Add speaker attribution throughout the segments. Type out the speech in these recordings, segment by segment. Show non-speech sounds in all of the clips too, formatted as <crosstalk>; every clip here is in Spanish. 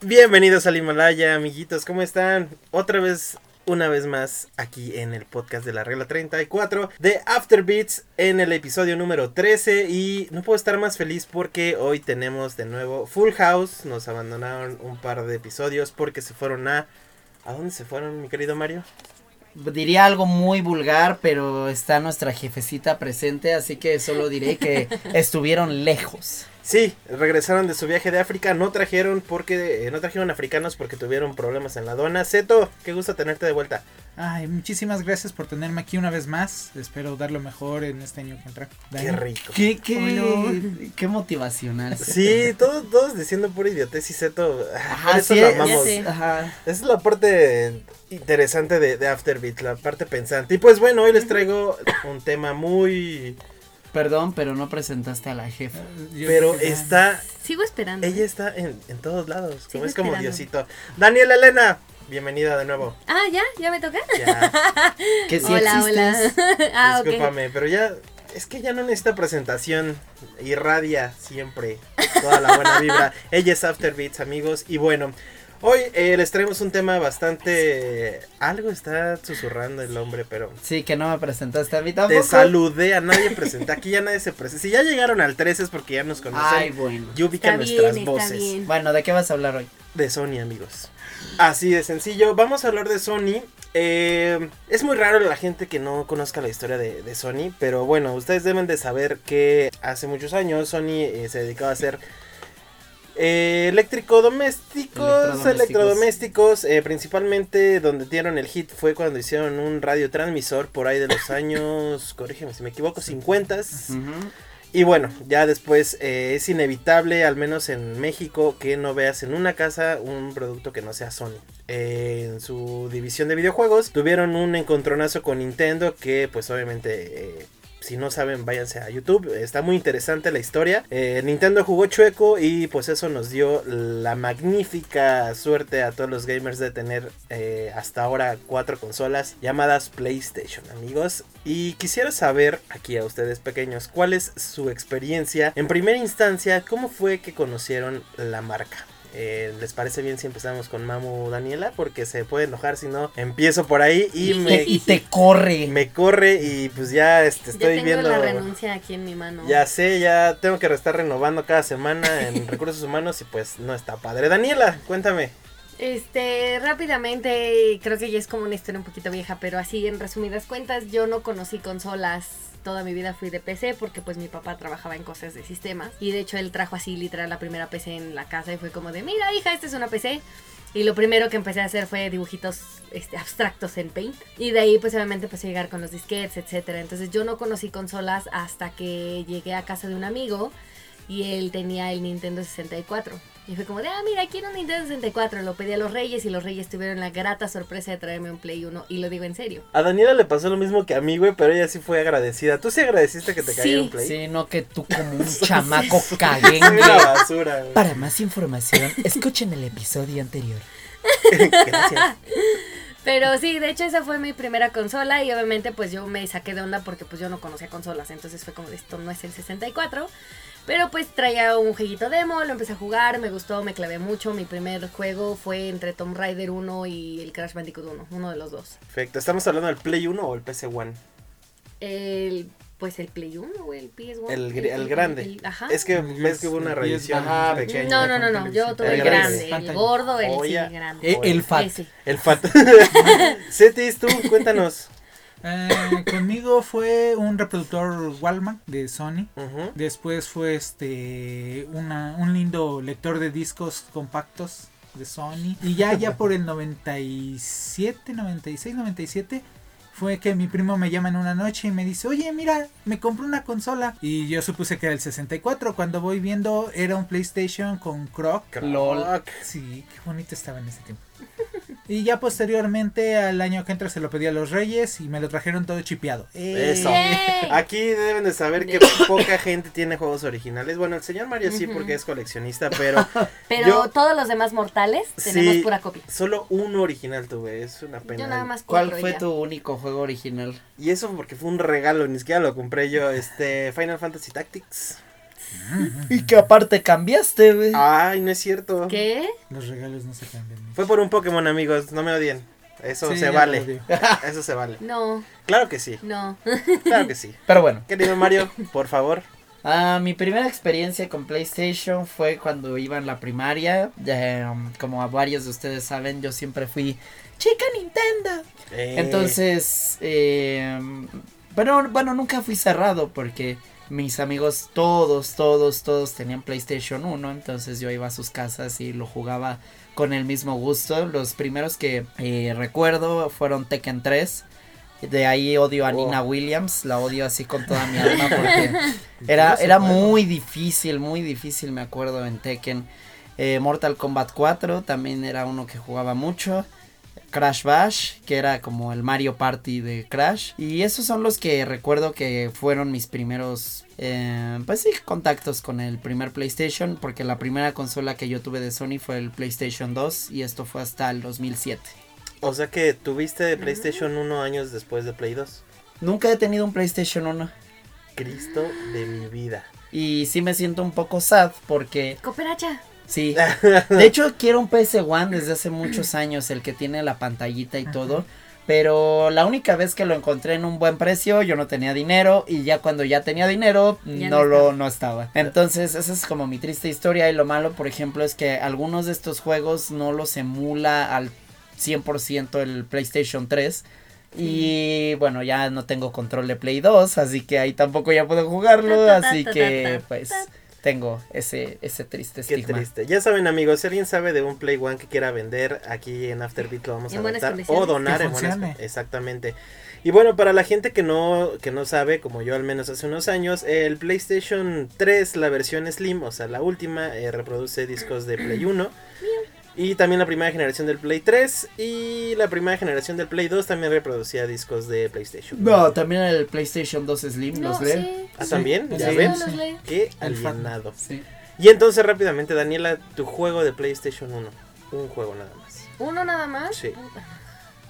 Speaker 1: Bienvenidos al Himalaya, amiguitos, ¿cómo están? Otra vez, una vez más, aquí en el podcast de la regla 34 de Afterbeats en el episodio número 13 y no puedo estar más feliz porque hoy tenemos de nuevo Full House, nos abandonaron un par de episodios porque se fueron a... ¿A dónde se fueron, mi querido Mario?
Speaker 2: diría algo muy vulgar, pero está nuestra jefecita presente, así que solo diré
Speaker 3: <laughs>
Speaker 2: que estuvieron lejos.
Speaker 1: Sí, regresaron de su viaje de África, no trajeron porque eh, no trajeron africanos porque tuvieron problemas en la aduana. Seto, qué gusto tenerte de vuelta.
Speaker 4: Ay, muchísimas gracias por tenerme aquí una vez más. Espero dar lo mejor en este año que entra.
Speaker 1: Qué
Speaker 4: Dani.
Speaker 1: rico.
Speaker 2: Qué, qué, qué motivacional.
Speaker 1: Sí, todos, todos diciendo pura idiotez y Seto. ah, por
Speaker 2: Ajá,
Speaker 1: eso
Speaker 2: sí,
Speaker 1: lo
Speaker 2: es-
Speaker 1: amamos.
Speaker 3: sé.
Speaker 2: Ajá.
Speaker 1: Esa es la parte interesante de, de Afterbeat, la parte pensante. Y pues bueno, hoy les traigo un tema muy...
Speaker 2: Perdón, pero no presentaste a la jefa.
Speaker 4: Eh, Yo
Speaker 1: Pero
Speaker 4: creo que ya.
Speaker 1: está...
Speaker 3: Sigo esperando.
Speaker 1: Ella está en, en todos lados.
Speaker 3: Sigo
Speaker 1: Como es como
Speaker 3: esperando.
Speaker 1: Diosito. Daniela Elena, bienvenida de nuevo.
Speaker 3: Ah, ya, ya me toca.
Speaker 1: Ya.
Speaker 2: Que sí
Speaker 3: hola,
Speaker 2: existes.
Speaker 3: hola. <laughs> ah, ok.
Speaker 1: Discúlpame, pero ya. Es que ya no necesita presentación. Irradia siempre toda la buena vibra.
Speaker 3: <laughs>
Speaker 1: Ella es Afterbeats, amigos. Y bueno, hoy eh, les traemos un tema bastante. Algo está susurrando el hombre, pero.
Speaker 2: Sí, que no me presentaste a mí tampoco.
Speaker 1: Te saludé, a nadie presenté. Aquí ya nadie se presenta. Si ya llegaron al 3 es porque ya nos conocen.
Speaker 2: Ay, bueno.
Speaker 1: y ubican
Speaker 3: Está bien,
Speaker 1: nuestras
Speaker 3: está
Speaker 1: voces
Speaker 3: bien.
Speaker 2: Bueno, ¿de qué vas a hablar hoy?
Speaker 1: de Sony, amigos. Así de sencillo. Vamos a hablar de Sony. Eh, es muy raro la gente que no conozca la historia de, de Sony, pero bueno, ustedes deben de saber que hace muchos años Sony eh, se dedicaba a hacer eh, electrodomésticos,
Speaker 2: Electrodomésticos.
Speaker 1: electrodomésticos, eh, principalmente donde dieron el hit fue cuando hicieron un radiotransmisor por ahí de los años, corrígeme si me equivoco, 50
Speaker 2: Ujú.
Speaker 1: y bueno, ya después eh, es inevitable, al menos en México, que no veas en una casa un producto que no sea Sony. Eh, en su división de videojuegos tuvieron un encontronazo con Nintendo que pues obviamente... eh, si no saben, váyanse a YouTube. Está muy interesante la historia. Eh, Nintendo jugó chueco y pues eso nos dio la magnífica suerte a todos los gamers de tener eh, hasta ahora cuatro consolas llamadas PlayStation, amigos. Y quisiera saber aquí a ustedes pequeños, ¿cuál es su experiencia? En primera instancia, ¿cómo fue que conocieron la marca? Eh, ¿Les parece bien si empezamos con Mamu Daniela? Porque se puede enojar si no empiezo por ahí y
Speaker 2: Te-
Speaker 1: me,
Speaker 2: y te <laughs> corre.
Speaker 1: me corre y pues ya este,
Speaker 3: ya
Speaker 1: estoy
Speaker 3: tengo
Speaker 1: viendo...
Speaker 3: la renuncia aquí en mi mano.
Speaker 1: Ya sé, ya tengo que estar renovando cada semana
Speaker 3: <laughs>
Speaker 1: en recursos humanos y pues no está padre. Daniela, cuéntame.
Speaker 3: Este, rápidamente, creo que ya es como una historia un poquito vieja, pero así en resumidas cuentas, yo no conocí consolas. Toda mi vida fui de PC porque pues mi papá trabajaba en cosas de sistemas y de hecho él trajo así literal la primera PC en la casa y fue como de, mira hija, esta es una PC. Y lo primero que empecé a hacer fue dibujitos este, abstractos en Paint. Y de ahí pues obviamente empecé a llegar con los disquetes, etcétera. Entonces yo no conocí consolas hasta que llegué a casa de un amigo y él tenía el Nintendo 64. Y fue como de, ah, mira, quiero un Nintendo 64. Lo pedí a los Reyes y los Reyes tuvieron la grata sorpresa de traerme un Play 1. Y lo digo en serio.
Speaker 1: A Daniela le pasó lo mismo que a mí, güey, pero ella sí fue agradecida. ¿Tú sí agradeciste que te
Speaker 3: Sí,
Speaker 1: cayera un play?
Speaker 2: <laughs> Sí, no que tú como un chamaco caguengue.
Speaker 1: Una basura, güey.
Speaker 2: Para más información, escuchen el episodio anterior.
Speaker 1: Gracias.
Speaker 3: Pero sí, de hecho esa fue mi primera consola y obviamente pues yo me saqué de onda porque pues yo no conocía consolas, entonces fue como esto no es el 64. Pero pues traía un jueguito demo, lo empecé a jugar, me gustó, me clavé mucho. Mi primer juego fue entre Tomb Raider 1 y el Crash Bandicoot 1, uno de los dos.
Speaker 1: Perfecto. ¿Estamos hablando del Play 1 o el PC One?
Speaker 3: El, pues el Play 1 o el PS1.
Speaker 1: El, gr- el grande.
Speaker 3: el- ajá.
Speaker 1: Es que
Speaker 2: Mm,
Speaker 1: ves que hubo una
Speaker 4: El
Speaker 1: revisión
Speaker 2: ajá.
Speaker 1: pequeña.
Speaker 3: Ah. No, no, no, no, yo tuve el,
Speaker 1: El grande.
Speaker 3: grande, el
Speaker 4: Pantalla.
Speaker 3: gordo, el sí,
Speaker 1: Oye.
Speaker 3: grande.
Speaker 2: Eh, el fat.
Speaker 3: Ese.
Speaker 1: El <laughs>
Speaker 3: <laughs>
Speaker 1: fato. Cetis, tú, cuéntanos.
Speaker 4: Eh, conmigo fue un reproductor Wallman de Sony.
Speaker 1: Ujú.
Speaker 4: Después fue este una, un lindo lector de discos compactos de Sony. Y ya, ya por el 97, 96, 97 fue que mi primo me llama en una noche y me dice, oye, mira, me compré una consola. Y yo supuse que era el 64. Cuando voy viendo era un PlayStation con Croc.
Speaker 1: Croc.
Speaker 2: Lol.
Speaker 4: Sí, qué bonito estaba en ese tiempo. Y ya posteriormente al año que entra se lo pedí a los Reyes y me lo trajeron todo chipeado. ¡Eh!
Speaker 1: Eso.
Speaker 3: Yay.
Speaker 1: Aquí deben de saber
Speaker 3: <laughs>
Speaker 1: que poca gente tiene juegos originales. Bueno, el señor Mario sí
Speaker 3: Ujú.
Speaker 1: porque es coleccionista,
Speaker 3: <laughs>
Speaker 1: pero
Speaker 3: Pero
Speaker 1: Yo-
Speaker 3: todos los demás mortales tenemos
Speaker 1: Sí.
Speaker 3: pura copia.
Speaker 1: solo uno original tuve. Es una pena.
Speaker 3: Yo nada más
Speaker 2: ¿Cuál
Speaker 3: cuatro y
Speaker 2: fue
Speaker 3: ya.
Speaker 2: tu único juego original?
Speaker 1: Y eso porque fue un regalo, ni siquiera lo compré
Speaker 3: <laughs>
Speaker 1: yo. Este Final Fantasy Tactics.
Speaker 2: Y que aparte cambiaste, güey.
Speaker 1: Ay, no es cierto.
Speaker 3: ¿Qué?
Speaker 4: Los regalos no se cambian. Micho.
Speaker 1: Fue por un Pokémon, amigos. No me odien. Eso
Speaker 4: Sí,
Speaker 1: se
Speaker 4: ya lo
Speaker 1: vale.
Speaker 4: odio.
Speaker 1: <laughs> Eso se vale.
Speaker 3: No,
Speaker 1: Claro que sí.
Speaker 3: no.
Speaker 1: Claro que sí.
Speaker 2: Pero bueno.
Speaker 1: Querido Mario, por favor.
Speaker 2: Ah, mi primera experiencia con PlayStation fue cuando iba en la primaria. Ya, um, como a varios de ustedes saben, yo siempre fui chica Nintendo.
Speaker 1: Eh,
Speaker 2: Entonces, eh, bueno, bueno, nunca fui cerrado porque mis amigos todos, todos, todos tenían PlayStation 1. Entonces yo iba a sus casas y lo jugaba con el mismo gusto. Los primeros que eh, recuerdo fueron Tekken 3. De ahí odio a
Speaker 1: Oh.
Speaker 2: Nina Williams, la odio así con toda mi alma porque era, era muy difícil, muy difícil, me acuerdo, en Tekken. Eh, Mortal Kombat 4 también era uno que jugaba mucho. Crash Bash, que era como el Mario Party de Crash. Y esos son los que recuerdo que fueron mis primeros, eh, pues sí, contactos con el primer PlayStation, porque la primera consola que yo tuve de Sony fue el PlayStation 2 y esto fue hasta el 2007.
Speaker 1: O sea que tuviste PlayStation 1 años después de Play 2.
Speaker 2: Nunca he tenido un PlayStation 1
Speaker 1: Cristo de mi vida.
Speaker 2: y sí me siento un poco sad porque
Speaker 3: Cooperacha. <laughs>
Speaker 2: Sí. De hecho, quiero un PS1 desde hace
Speaker 3: <clears throat>
Speaker 2: muchos años, el que tiene la pantallita y todo. Pero la única vez que lo encontré en un buen precio, yo no tenía dinero. Y ya cuando ya tenía dinero,
Speaker 3: Ya
Speaker 2: no,
Speaker 3: no
Speaker 2: lo
Speaker 3: estaba.
Speaker 2: no estaba. Entonces, esa es como mi triste historia. Y lo malo, por ejemplo, es que algunos de estos juegos no los emula al 100% el PlayStation 3. Y bueno, ya no tengo control de Play 2, así que ahí tampoco ya puedo jugarlo.
Speaker 3: Ta, ta, ta,
Speaker 2: Así
Speaker 3: ta, ta,
Speaker 2: que
Speaker 3: ta.
Speaker 2: pues tengo ese, ese triste
Speaker 1: Qué
Speaker 2: estigma.
Speaker 1: triste. Ya saben, amigos, si alguien sabe de un Play One que quiera vender, aquí en Afterbeat lo vamos
Speaker 3: En
Speaker 1: a
Speaker 3: buenas
Speaker 1: aventar
Speaker 3: condiciones.
Speaker 1: o donar
Speaker 4: Que
Speaker 1: en buenas
Speaker 4: funcione.
Speaker 1: Exactamente. Y bueno, para la gente que no, que no sabe, como yo al menos hace unos años, el PlayStation 3, la versión Slim, o sea, la última, eh, reproduce discos de Play 1. Y también la primera generación del Play 3 y la primera generación del Play 2 también reproducía discos de PlayStation.
Speaker 2: No, también el PlayStation 2 Slim
Speaker 3: No,
Speaker 2: los lee.
Speaker 3: sí.
Speaker 1: Ah,
Speaker 4: Sí,
Speaker 1: también,
Speaker 4: pues
Speaker 1: ya
Speaker 4: sí.
Speaker 1: ven.
Speaker 3: No los lee.
Speaker 1: Qué
Speaker 4: El fan.
Speaker 1: alienado.
Speaker 2: Sí.
Speaker 1: Y entonces rápidamente, Daniela, tu juego de PlayStation 1. Un juego nada más.
Speaker 3: Uno nada más.
Speaker 1: Sí.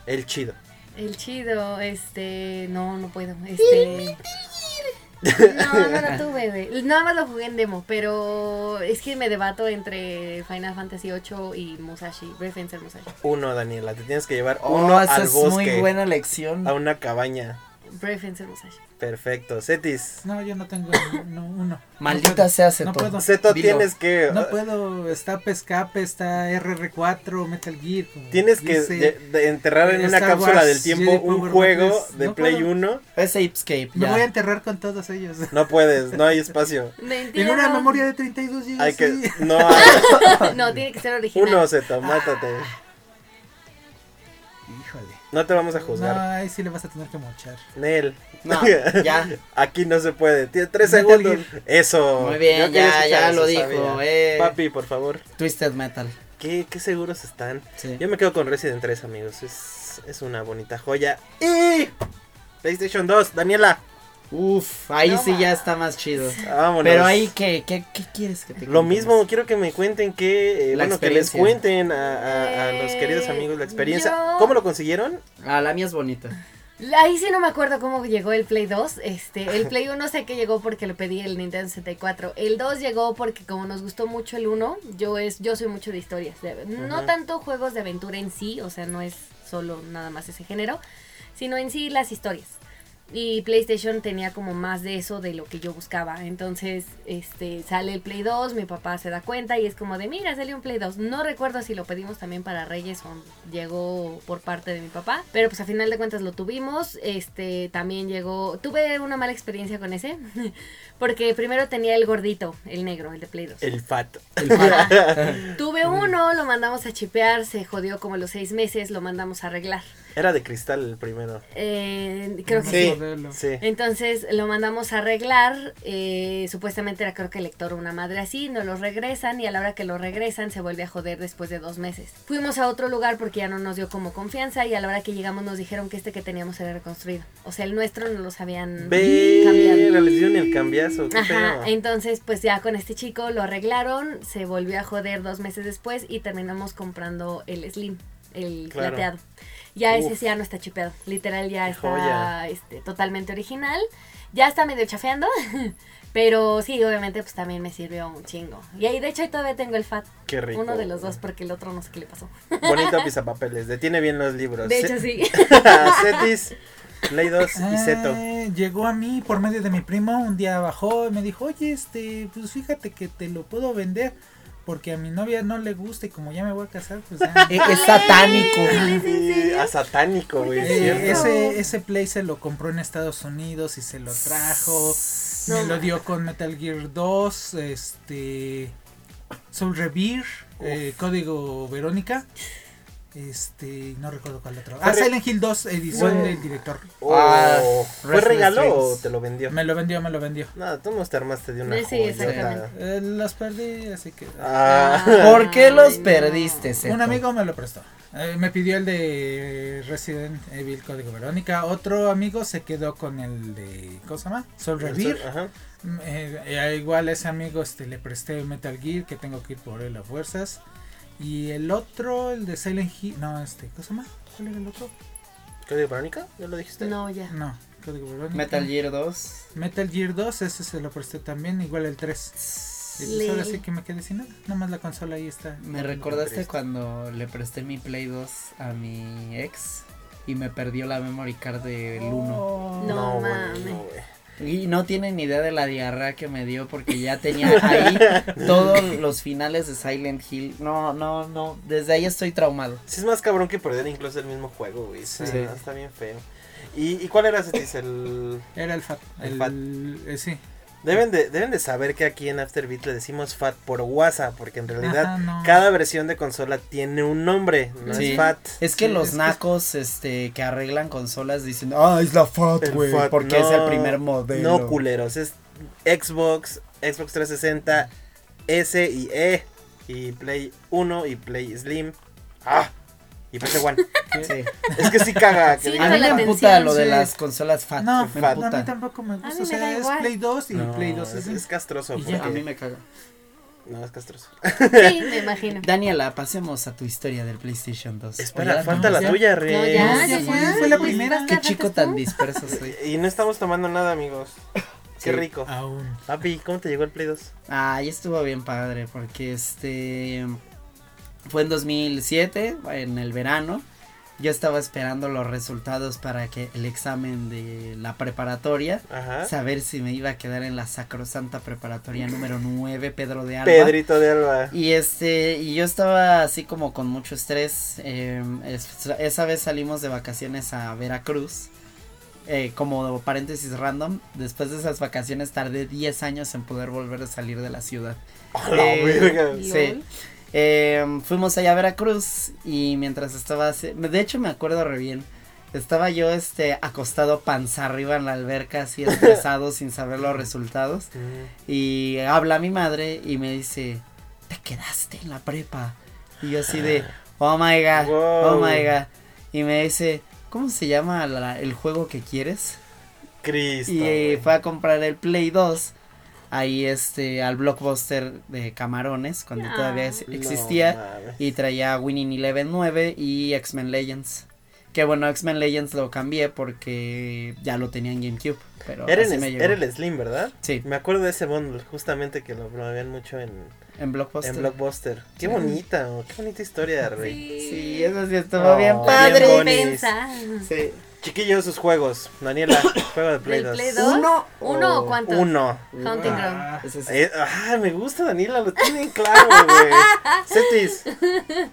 Speaker 1: El chido.
Speaker 3: El chido, este, no, no puedo.
Speaker 2: <laughs>
Speaker 3: Este. No, no lo tuve, güey. Nada más lo jugué en demo, pero es que me debato entre Final Fantasy VIII y Musashi, Brave Fencer Musashi.
Speaker 1: Uno, Daniela, te tienes que llevar
Speaker 2: Oh,
Speaker 1: uno
Speaker 2: esa
Speaker 1: al
Speaker 2: es
Speaker 1: bosque. Ah,
Speaker 2: muy buena lección.
Speaker 1: A una cabaña.
Speaker 3: Brave Fencer Musashi.
Speaker 1: Perfecto. Cetis.
Speaker 4: No, yo no tengo no, uno.
Speaker 2: Maldita
Speaker 4: No puedo.
Speaker 2: sea Seto.
Speaker 4: No puedo.
Speaker 1: Zeto,
Speaker 2: Dilo.
Speaker 1: tienes que. ah,
Speaker 4: No puedo. Está Pescape, está RR4, Metal Gear. como
Speaker 1: Tienes que
Speaker 4: dice.
Speaker 1: de- de enterrar en una
Speaker 4: Star
Speaker 1: cápsula
Speaker 4: Wars,
Speaker 1: del tiempo
Speaker 4: Jedi
Speaker 1: un
Speaker 4: Power
Speaker 1: juego
Speaker 4: Rangers.
Speaker 1: de
Speaker 4: No
Speaker 1: Play
Speaker 4: puedo.
Speaker 1: 1.
Speaker 2: Es Apescape,
Speaker 4: Me voy a
Speaker 2: ya.
Speaker 4: enterrar con todos ellos.
Speaker 1: No puedes, no hay espacio.
Speaker 3: Mentira.
Speaker 4: Tengo una memoria de 32 GB.
Speaker 1: Hay que.
Speaker 4: <laughs> sí.
Speaker 1: No
Speaker 4: <laughs>
Speaker 1: hay.
Speaker 3: <laughs> No, tiene que ser original.
Speaker 1: Uno, Zeto, mátate.
Speaker 4: Híjole.
Speaker 1: No te vamos a
Speaker 4: No,
Speaker 1: juzgar.
Speaker 4: ahí sí le vas a tener que mochar.
Speaker 1: Nel. <laughs>
Speaker 2: No, ya.
Speaker 1: Aquí no se puede. Tiene tres
Speaker 4: Metal
Speaker 1: segundos. Eso.
Speaker 2: Muy
Speaker 1: Yo
Speaker 2: bien,
Speaker 1: quería
Speaker 2: ya,
Speaker 1: escuchar
Speaker 2: ya
Speaker 1: eso,
Speaker 2: lo dijo.
Speaker 1: sabía.
Speaker 2: Eh,
Speaker 1: Papi, por favor.
Speaker 2: Twisted Metal.
Speaker 1: ¿Qué, qué seguros están.
Speaker 2: Sí.
Speaker 1: Yo me quedo con Resident 3, amigos. Es, es una bonita joya. Y PlayStation 2, Daniela.
Speaker 2: Uf, ahí
Speaker 3: No
Speaker 2: sí ya
Speaker 3: más.
Speaker 2: está más chido.
Speaker 1: Vámonos.
Speaker 2: Pero ahí, ¿qué, qué, qué quieres que te
Speaker 1: Lo
Speaker 2: contemos?
Speaker 1: mismo, quiero que me cuenten que, eh,
Speaker 2: La
Speaker 1: bueno, que les
Speaker 2: experiencia.
Speaker 1: cuenten a, a- a los queridos amigos la experiencia.
Speaker 3: Yo-
Speaker 1: ¿Cómo lo consiguieron?
Speaker 2: Ah, la mía es bonita.
Speaker 3: Ahí sí no me acuerdo cómo llegó el Play 2. Este, el Play 1 sé que llegó porque lo pedí el Nintendo 64. El 2 llegó porque como nos gustó mucho el 1, yo es yo soy mucho de historias, de- no
Speaker 1: Ajá.
Speaker 3: tanto juegos de aventura en sí, o sea, no es solo nada más ese género, sino en sí las historias. Y PlayStation tenía como más de eso de lo que yo buscaba. Entonces, este, sale el Play 2, mi papá se da cuenta y es como de, mira, salió un Play 2. No recuerdo si lo pedimos también para Reyes o llegó por parte de mi papá, pero pues a final de cuentas lo tuvimos. Este, también llegó, tuve una mala experiencia con ese, <laughs> porque primero tenía el gordito, el negro, el de Play 2.
Speaker 1: El FAT. <laughs>
Speaker 2: eh,
Speaker 3: Ajá. Tuve uno, lo mandamos a chipear, se jodió como los seis meses, lo mandamos a arreglar.
Speaker 1: Era de cristal el primero.
Speaker 3: Eh, creo que
Speaker 1: Sí.
Speaker 3: sí.
Speaker 4: modelo.
Speaker 1: Sí.
Speaker 3: Entonces lo mandamos a arreglar, eh, supuestamente era creo que el lector o una madre así, no lo regresan y a la hora que lo regresan se vuelve a joder después de dos meses. Fuimos a otro lugar porque ya no nos dio como confianza y a la hora que llegamos nos dijeron que este que teníamos era reconstruido. O sea, el nuestro no los habían
Speaker 1: Ve,
Speaker 3: cambiado.
Speaker 1: les dieron el cambiazo. Qué
Speaker 3: Ajá,
Speaker 1: feo.
Speaker 3: entonces pues ya con este chico lo arreglaron, se volvió a joder dos meses después y terminamos comprando el slim, el
Speaker 1: Claro.
Speaker 3: plateado. Ya
Speaker 1: Uf.
Speaker 3: ese sí ya no está chipeado, literal ya
Speaker 1: Qué joya.
Speaker 3: está este, totalmente original, ya está medio chafeando, <laughs> pero sí, obviamente pues también me sirvió un chingo. Y ahí de hecho ahí todavía tengo el fat,
Speaker 1: Qué rico.
Speaker 3: uno de los dos porque el otro no sé qué le pasó.
Speaker 1: Bonito pisapapeles. Detiene bien los libros.
Speaker 3: De hecho
Speaker 1: <laughs>
Speaker 3: sí.
Speaker 1: Cetis, Play 2 y Zeto.
Speaker 4: Ah, llegó a mí por medio de mi primo, un día bajó y me dijo, oye, este, pues fíjate que te lo puedo vender, porque a mi novia no le gusta y como ya me voy a casar, pues
Speaker 3: <laughs>
Speaker 4: ya.
Speaker 2: Es, es satánico.
Speaker 3: ¿Es en
Speaker 1: Y
Speaker 3: serio?
Speaker 1: a satánico, güey.
Speaker 3: ¿Por qué
Speaker 1: ¿cierto?
Speaker 4: Eh, ese, ese play se lo compró en Estados Unidos y se lo trajo.
Speaker 3: No
Speaker 4: me lo
Speaker 3: mames.
Speaker 4: dio con Metal Gear 2, este, Soul Revere, eh, Código Verónica. Este, no recuerdo cuál otro. Ah,
Speaker 1: Fue re-
Speaker 4: Silent Hill 2, edición
Speaker 1: No.
Speaker 4: del director.
Speaker 1: Oh,
Speaker 2: Ah,
Speaker 1: ¿Fue
Speaker 2: Restless
Speaker 1: regalo o
Speaker 2: Dreams.
Speaker 1: te lo vendió?
Speaker 4: Me lo vendió, me lo vendió.
Speaker 1: No, tú no te armaste de una
Speaker 3: Sí,
Speaker 1: joyota.
Speaker 3: exactamente.
Speaker 4: Eh, los perdí, así que.
Speaker 1: Ah,
Speaker 2: ¿Por qué los
Speaker 3: Ay, no.
Speaker 2: perdiste, Zeto?
Speaker 4: Un amigo me lo prestó. Eh, me pidió el de Resident Evil Código Verónica. Otro amigo se quedó con el de. ¿Cómo se llama?
Speaker 1: <laughs>
Speaker 4: Soul Revere.
Speaker 1: Ajá.
Speaker 4: Mm, eh, eh, igual a ese amigo este, le presté Metal Gear, que tengo que ir por él a fuerzas. Y el otro, el de Silent Hill. No, este, ¿cómo se llama? ¿Cuál era el otro?
Speaker 1: ¿Código Verónica? ¿Ya lo dijiste?
Speaker 3: No, ya.
Speaker 1: <laughs>
Speaker 4: No, Código Verónica.
Speaker 2: Metal Gear 2.
Speaker 4: Metal Gear 2, ese se lo presté también, igual el 3. Y pues
Speaker 3: Le-
Speaker 4: ahora sí que me quedé sin nada. Nada más la consola ahí está.
Speaker 2: Me recordaste
Speaker 1: triste.
Speaker 2: cuando le presté mi Play 2 a mi ex y me perdió la memory card del 1.
Speaker 4: Oh.
Speaker 3: No.
Speaker 1: güey,
Speaker 3: mames.
Speaker 1: no, güey.
Speaker 2: Y no tienen idea de la diarrea que me dio porque ya
Speaker 4: <laughs>
Speaker 2: tenía ahí todos los finales de Silent Hill. No, no, no. Desde ahí estoy traumado.
Speaker 1: Sí, es más cabrón que perder incluso el mismo juego, güey. Sí.
Speaker 2: Sí.
Speaker 1: Está bien feo. ¿Y, y cuál era, Cetis? El...
Speaker 4: Era el Fat.
Speaker 1: El
Speaker 4: El,
Speaker 1: Fat.
Speaker 4: eh, sí.
Speaker 1: Deben de, deben de saber que aquí en Afterbeat le decimos FAT por WhatsApp, porque en realidad
Speaker 4: Ajá, no.
Speaker 1: cada versión de consola tiene un nombre, no
Speaker 2: Sí.
Speaker 1: es FAT.
Speaker 2: Es que
Speaker 4: Sí,
Speaker 2: los
Speaker 4: es que-
Speaker 2: nacos este, que arreglan consolas dicen, ah, es la FAT,
Speaker 1: El
Speaker 2: güey,
Speaker 1: FAT,
Speaker 2: porque es el
Speaker 1: no,
Speaker 2: primer modelo.
Speaker 1: No culeros, es Xbox, Xbox 360, S y E, y Play 1 y Play Slim. ¡Ah! Y PC One.
Speaker 2: Sí.
Speaker 1: es que sí caga. que
Speaker 3: Sí,
Speaker 2: A
Speaker 1: digan
Speaker 2: mí
Speaker 3: la
Speaker 2: me emputa
Speaker 3: atención,
Speaker 2: lo de
Speaker 4: sí.
Speaker 2: las consolas FAT.
Speaker 4: No,
Speaker 1: Fat.
Speaker 2: me
Speaker 4: no, a mí
Speaker 2: emputa.
Speaker 4: tampoco me gusta.
Speaker 3: me
Speaker 4: O sea,
Speaker 3: da
Speaker 4: es
Speaker 3: igual.
Speaker 4: Play 2 y
Speaker 1: No,
Speaker 4: Play 2
Speaker 1: es,
Speaker 4: es,
Speaker 1: es castroso.
Speaker 4: Y ya.
Speaker 1: porque-
Speaker 2: A mí me caga.
Speaker 1: No, es castroso.
Speaker 3: Sí, me imagino.
Speaker 2: Daniela, pasemos a tu historia del PlayStation 2.
Speaker 1: Espera,
Speaker 2: Oye,
Speaker 1: falta
Speaker 4: no,
Speaker 1: la
Speaker 4: ya.
Speaker 1: tuya, Rey.
Speaker 3: No,
Speaker 4: Ah,
Speaker 3: ya,
Speaker 4: ya
Speaker 3: ya,
Speaker 4: fue,
Speaker 3: ya.
Speaker 4: fue la primera.
Speaker 3: Faltas
Speaker 2: Qué chico
Speaker 3: tú.
Speaker 2: tan disperso
Speaker 1: <laughs>
Speaker 2: soy.
Speaker 1: Y no estamos tomando nada, amigos. Qué
Speaker 2: Sí.
Speaker 1: rico.
Speaker 4: aún.
Speaker 1: Papi, ¿cómo te llegó el Play 2?
Speaker 2: Ay, estuvo bien padre porque este fue en 2007, en el verano. Yo estaba esperando los resultados para que el examen de la preparatoria,
Speaker 1: Ajá.
Speaker 2: saber si me iba a quedar en la sacrosanta preparatoria número 9 Pedro de Alba.
Speaker 1: Pedrito de Alba. <laughs>
Speaker 2: Y este, y yo estaba así como con mucho estrés. eh, es- esa vez salimos de vacaciones a Veracruz. eh, como paréntesis random, después de esas vacaciones tardé 10 años en poder volver a salir de la ciudad.
Speaker 1: A la
Speaker 2: Eh,
Speaker 1: verga.
Speaker 3: Lol.
Speaker 2: Sí. Eh, fuimos allá a Veracruz y mientras estaba, así- de hecho me acuerdo re bien, estaba yo este acostado panza arriba en la alberca así estresado sin saber los resultados
Speaker 1: Mm.
Speaker 2: y habla mi madre y me dice, te quedaste en la prepa. Y yo así de, oh my god, oh
Speaker 1: Ah. Wow.
Speaker 2: my god. Y me dice, ¿cómo se llama la- el juego que quieres?
Speaker 1: Cristo.
Speaker 2: y eh,
Speaker 1: güey.
Speaker 2: fue a comprar el Play 2 ahí este al blockbuster de Camarones cuando
Speaker 3: Ah.
Speaker 2: todavía es-
Speaker 1: No
Speaker 2: existía
Speaker 1: mames.
Speaker 2: y traía Winning Eleven 9 y X-Men Legends. Que bueno, X-Men Legends lo cambié porque ya lo tenía en GameCube, pero
Speaker 1: Era, en
Speaker 2: así
Speaker 1: es-
Speaker 2: me llegó.
Speaker 1: era el Slim, ¿verdad?
Speaker 2: Sí,
Speaker 1: Me acuerdo de ese bundle, justamente que lo promovían mucho en,
Speaker 2: en Blockbuster.
Speaker 1: en Blockbuster. Qué
Speaker 2: Sí.
Speaker 1: bonita, oh, qué bonita historia, Rey.
Speaker 2: Sí, eso sí estuvo bien
Speaker 1: Oh,
Speaker 2: padre.
Speaker 1: bien bonito.
Speaker 3: Defensa.
Speaker 2: Sí.
Speaker 1: Chiquillos, sus juegos. Daniela, <coughs> juego de Play
Speaker 3: ¿Del
Speaker 1: 2.
Speaker 3: Play 2?
Speaker 2: Uno
Speaker 3: ¿Uno o cuántos?
Speaker 1: Oh. Uno.
Speaker 3: Counting Ground.
Speaker 4: Ah,
Speaker 2: Ese sí.
Speaker 1: Eh, ah, me gusta Daniela, lo tienen claro, güey.
Speaker 3: <laughs>
Speaker 1: Cetis,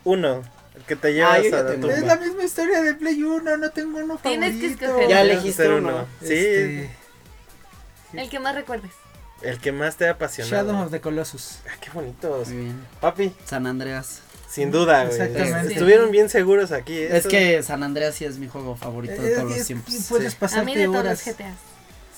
Speaker 1: uno. El que te llevas
Speaker 2: Ah, yo ya
Speaker 1: a la
Speaker 2: tengo.
Speaker 1: tumba.
Speaker 4: es la misma historia de Play 1, no tengo uno favorito.
Speaker 3: Tienes que escoger.
Speaker 2: Ya
Speaker 1: Debes
Speaker 2: elegiste
Speaker 1: ser
Speaker 2: uno.
Speaker 1: Sí,
Speaker 4: Este,
Speaker 3: El que más recuerdes.
Speaker 1: el que más te ha apasionado.
Speaker 4: Shadow of the Colossus.
Speaker 1: Ah, qué bonitos.
Speaker 2: Muy bien.
Speaker 1: Papi,
Speaker 2: San Andreas.
Speaker 1: Sin duda, güey.
Speaker 4: Exactamente.
Speaker 1: Estuvieron bien seguros aquí. ¿eh?
Speaker 2: Es Eh, que San Andreas sí es mi juego favorito de todos los tiempos.
Speaker 4: Y Eh, puedes
Speaker 1: Sí.
Speaker 3: A mí
Speaker 4: pasarte
Speaker 3: de todos los
Speaker 4: horas.
Speaker 3: GTAs.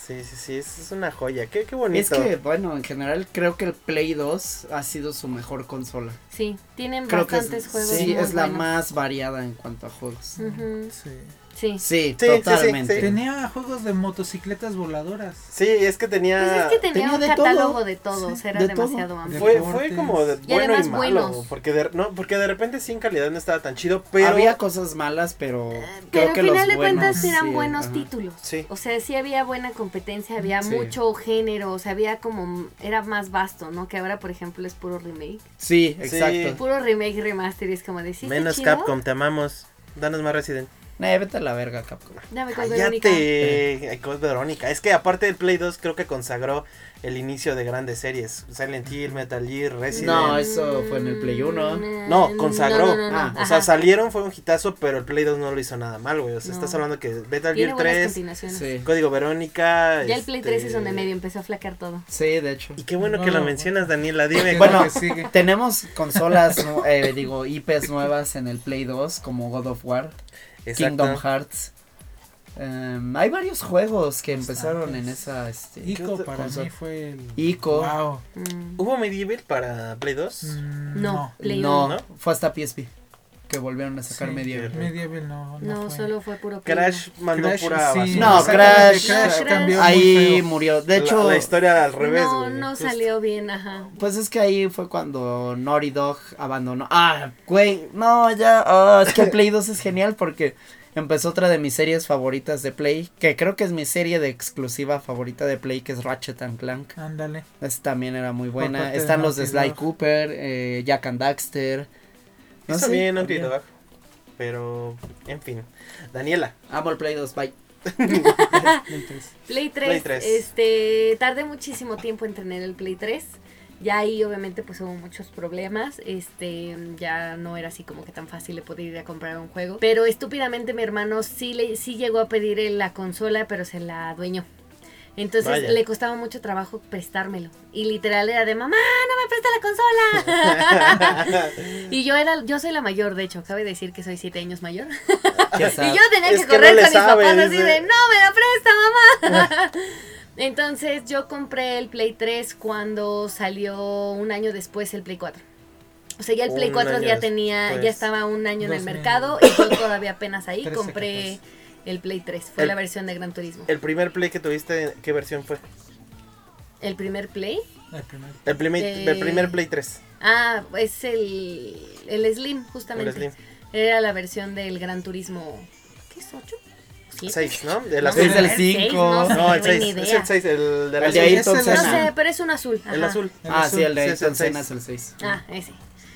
Speaker 1: Sí, sí, sí, es es una joya. Qué, qué bonito.
Speaker 2: Es que, bueno, en general creo que el Play 2 ha sido su mejor consola.
Speaker 3: Sí, tienen
Speaker 2: Creo que es,
Speaker 3: bastantes juegos.
Speaker 2: sí,
Speaker 3: muy
Speaker 2: es la
Speaker 3: buenos.
Speaker 2: más variada en cuanto a juegos.
Speaker 3: Ujú,
Speaker 4: Sí.
Speaker 3: Sí. Pues
Speaker 2: Sí,
Speaker 1: sí, sí,
Speaker 2: totalmente.
Speaker 1: sí.
Speaker 4: Tenía juegos de motocicletas voladoras.
Speaker 1: Sí, es que tenía...
Speaker 3: Pues es que tenía,
Speaker 2: tenía
Speaker 3: un
Speaker 2: de
Speaker 3: catálogo
Speaker 2: todo.
Speaker 3: de todos,
Speaker 2: Sí,
Speaker 3: era
Speaker 2: de
Speaker 3: demasiado
Speaker 2: todo.
Speaker 3: amplio.
Speaker 1: Fue,
Speaker 4: Deportes.
Speaker 1: fue como de
Speaker 3: Y
Speaker 1: bueno y
Speaker 3: además
Speaker 1: malo,
Speaker 3: buenos.
Speaker 1: güey, porque de, no, porque de repente sin calidad no estaba tan chido, pero
Speaker 2: Había cosas malas, pero
Speaker 3: Eh, Pero
Speaker 2: creo
Speaker 3: al
Speaker 2: que los
Speaker 3: final de cuentas
Speaker 2: buenos,
Speaker 3: eran
Speaker 2: sí,
Speaker 3: buenos
Speaker 2: ajá.
Speaker 3: títulos.
Speaker 1: Sí.
Speaker 3: O sea, sí había buena competencia, había
Speaker 2: Sí.
Speaker 3: mucho género, o sea, había como, era más vasto, ¿no? Que ahora, por ejemplo, es puro remake.
Speaker 2: Sí,
Speaker 1: Sí.
Speaker 2: exacto.
Speaker 3: Puro remake, remaster, y es como decir.
Speaker 1: menos Capcom, te amamos. Danos más Resident.
Speaker 2: Eh, vete a la verga, Capcom.
Speaker 3: Dame con Verónica.
Speaker 1: Cállate, Ay, con Verónica. Es que aparte del Play 2 creo que consagró el inicio de grandes series, Silent Hill, Metal Gear, Resident.
Speaker 2: No, eso fue en el Play 1.
Speaker 1: No, consagró.
Speaker 3: Mm, No, no, no, no.
Speaker 2: Ah,
Speaker 1: O sea,
Speaker 3: Ajá.
Speaker 1: salieron, fue un hitazo, pero el Play 2 no lo hizo nada mal, güey. O sea,
Speaker 3: No.
Speaker 1: estás hablando que Metal Gear
Speaker 3: Tiene buenas
Speaker 1: 3,
Speaker 3: continuaciones.
Speaker 2: Sí.
Speaker 1: Código Verónica.
Speaker 3: Ya el Play
Speaker 1: este,
Speaker 3: 3 es donde medio empezó a flacar todo.
Speaker 2: Sí, de hecho.
Speaker 1: Y qué bueno que
Speaker 4: No,
Speaker 1: lo
Speaker 4: no,
Speaker 1: mencionas, Daniela. Dime.
Speaker 2: Bueno,
Speaker 4: Lo que
Speaker 2: <laughs>
Speaker 4: sigue.
Speaker 2: Tenemos consolas, nu- eh, digo, IPs nuevas en el Play 2, como God of War,
Speaker 1: Exacto.
Speaker 2: Kingdom Hearts. Em, hay varios juegos que empezaron en esa. Este,
Speaker 4: Ico
Speaker 1: otro
Speaker 4: para
Speaker 2: consola?
Speaker 4: mí fue el.
Speaker 2: Ico.
Speaker 4: Wow.
Speaker 3: Mm.
Speaker 1: ¿Hubo Medieval para Play 2?
Speaker 4: Mm,
Speaker 3: No.
Speaker 4: No.
Speaker 3: Play
Speaker 2: no,
Speaker 1: uno,
Speaker 2: fue hasta PSP que volvieron a sacar
Speaker 4: Sí,
Speaker 2: medio.
Speaker 1: Medieval.
Speaker 4: Medieval no.
Speaker 3: No,
Speaker 4: fue.
Speaker 3: solo fue puro Play
Speaker 1: Crash mandó
Speaker 4: Crash,
Speaker 1: pura
Speaker 4: sí.
Speaker 1: basura.
Speaker 2: No,
Speaker 4: O sea,
Speaker 2: Crash,
Speaker 3: Crash cambió
Speaker 4: muy
Speaker 2: ahí
Speaker 4: feo.
Speaker 2: murió. De
Speaker 1: La-
Speaker 2: hecho,
Speaker 1: la, historia al revés,
Speaker 3: no,
Speaker 1: güey.
Speaker 3: no
Speaker 1: Justo.
Speaker 3: salió bien, ajá.
Speaker 2: pues es que ahí fue cuando Naughty Dog abandonó. Ah, güey, no, ya. ah, es que Play 2 es genial porque empezó otra de mis series favoritas de Play, que creo que es mi serie de exclusiva favorita de Play, que es Ratchet and Clank.
Speaker 4: Ándale.
Speaker 2: Esta también era muy
Speaker 4: Por
Speaker 2: buena.
Speaker 4: parte de
Speaker 2: Están los de
Speaker 4: Naughty
Speaker 2: Sly
Speaker 4: Dog.
Speaker 2: Cooper, eh, Jack and Daxter. No
Speaker 1: Hizo
Speaker 2: sé,
Speaker 1: bien Naughty
Speaker 2: había-
Speaker 1: Dog, Pero, en fin. Daniela,
Speaker 2: Amo el Play 2, bye.
Speaker 4: Entonces,
Speaker 3: Play 3,
Speaker 1: Play 3.
Speaker 3: este, tardé muchísimo tiempo en tener el Play 3. Ya ahí obviamente pues hubo muchos problemas, este, ya no era así como que tan fácil de poder ir a comprar un juego, pero estúpidamente mi hermano sí le sí llegó a pedir el- la consola, pero se la adueñó. Entonces
Speaker 1: Vaya.
Speaker 3: le costaba mucho trabajo prestármelo y literal era de mamá, no me presta la
Speaker 1: <laughs>
Speaker 3: consola. <laughs> y yo era yo soy la mayor, de hecho, cabe decir que soy siete años mayor.
Speaker 2: Qué
Speaker 3: Y
Speaker 2: sad.
Speaker 3: yo tenía
Speaker 1: Es
Speaker 3: que
Speaker 1: que no
Speaker 3: correr
Speaker 1: le
Speaker 3: con mis
Speaker 1: sabe,
Speaker 3: papás así
Speaker 1: dice.
Speaker 3: de, no me la presta,
Speaker 1: <laughs>
Speaker 3: mamá. <laughs> Entonces yo compré el Play 3 cuando salió un año después el Play 4. O sea, ya el Play
Speaker 1: Un
Speaker 3: 4
Speaker 1: año
Speaker 3: ya tenía, ya
Speaker 1: después.
Speaker 3: estaba un año en el
Speaker 4: 2000.
Speaker 3: mercado y yo todavía apenas ahí
Speaker 4: 13,
Speaker 3: compré
Speaker 4: 14.
Speaker 3: el Play 3. Fue
Speaker 1: El-
Speaker 3: la versión de Gran Turismo. El,
Speaker 1: el primer Play que tuviste, ¿qué versión fue?
Speaker 3: primer Play,
Speaker 4: el primer.
Speaker 1: El, primer-
Speaker 3: Eh,
Speaker 1: el primer Play 3.
Speaker 3: ah, es el, el Slim, justamente.
Speaker 1: El Slim.
Speaker 3: Era la versión del Gran Turismo, ¿qué es? ¿8? ¿Siete?
Speaker 1: 6, ¿no? El
Speaker 3: No
Speaker 1: azul.
Speaker 2: Es el
Speaker 3: Seis,
Speaker 2: 5.
Speaker 3: sé,
Speaker 1: No, el
Speaker 3: tengo ni
Speaker 1: 6. Es
Speaker 3: idea.
Speaker 1: el 6, el de la
Speaker 2: El de
Speaker 1: azul.
Speaker 4: ahí.
Speaker 2: Ayrton
Speaker 4: ese es
Speaker 3: No
Speaker 4: el-
Speaker 2: Senna.
Speaker 3: sé, pero es un azul.
Speaker 1: El
Speaker 3: ajá.
Speaker 1: azul.
Speaker 2: Ah, sí, el de
Speaker 1: Sí, es el
Speaker 2: Ayrton Senna
Speaker 1: seis.
Speaker 2: es el 6.
Speaker 3: Ah, ese.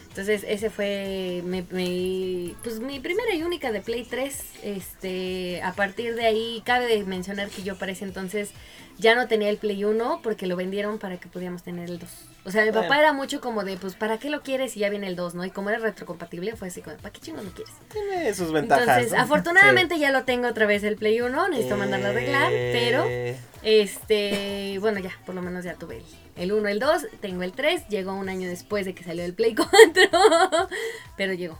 Speaker 3: Entonces, ese fue mi, mi- pues, mi primera y única de Play 3. Este, a partir de ahí, cabe de mencionar que yo para ese entonces ya no tenía el Play 1 porque lo vendieron para que pudiéramos tener el 2. O sea, mi
Speaker 1: Bueno.
Speaker 3: papá era mucho como de, pues, ¿para qué lo quieres si ya viene el 2, no? Y como era retrocompatible, fue así como, ¿para qué chingos lo quieres?
Speaker 1: Tiene sus ventajas.
Speaker 3: Entonces,
Speaker 1: ¿no?
Speaker 3: afortunadamente ya lo tengo otra vez el Play 1, necesito mandarlo a arreglar, pero...
Speaker 1: Eh,
Speaker 3: Este, bueno, ya, por lo menos ya tuve el, el 1, el 2, tengo el 3, llegó un año después de que salió el Play <laughs> 4, pero llegó.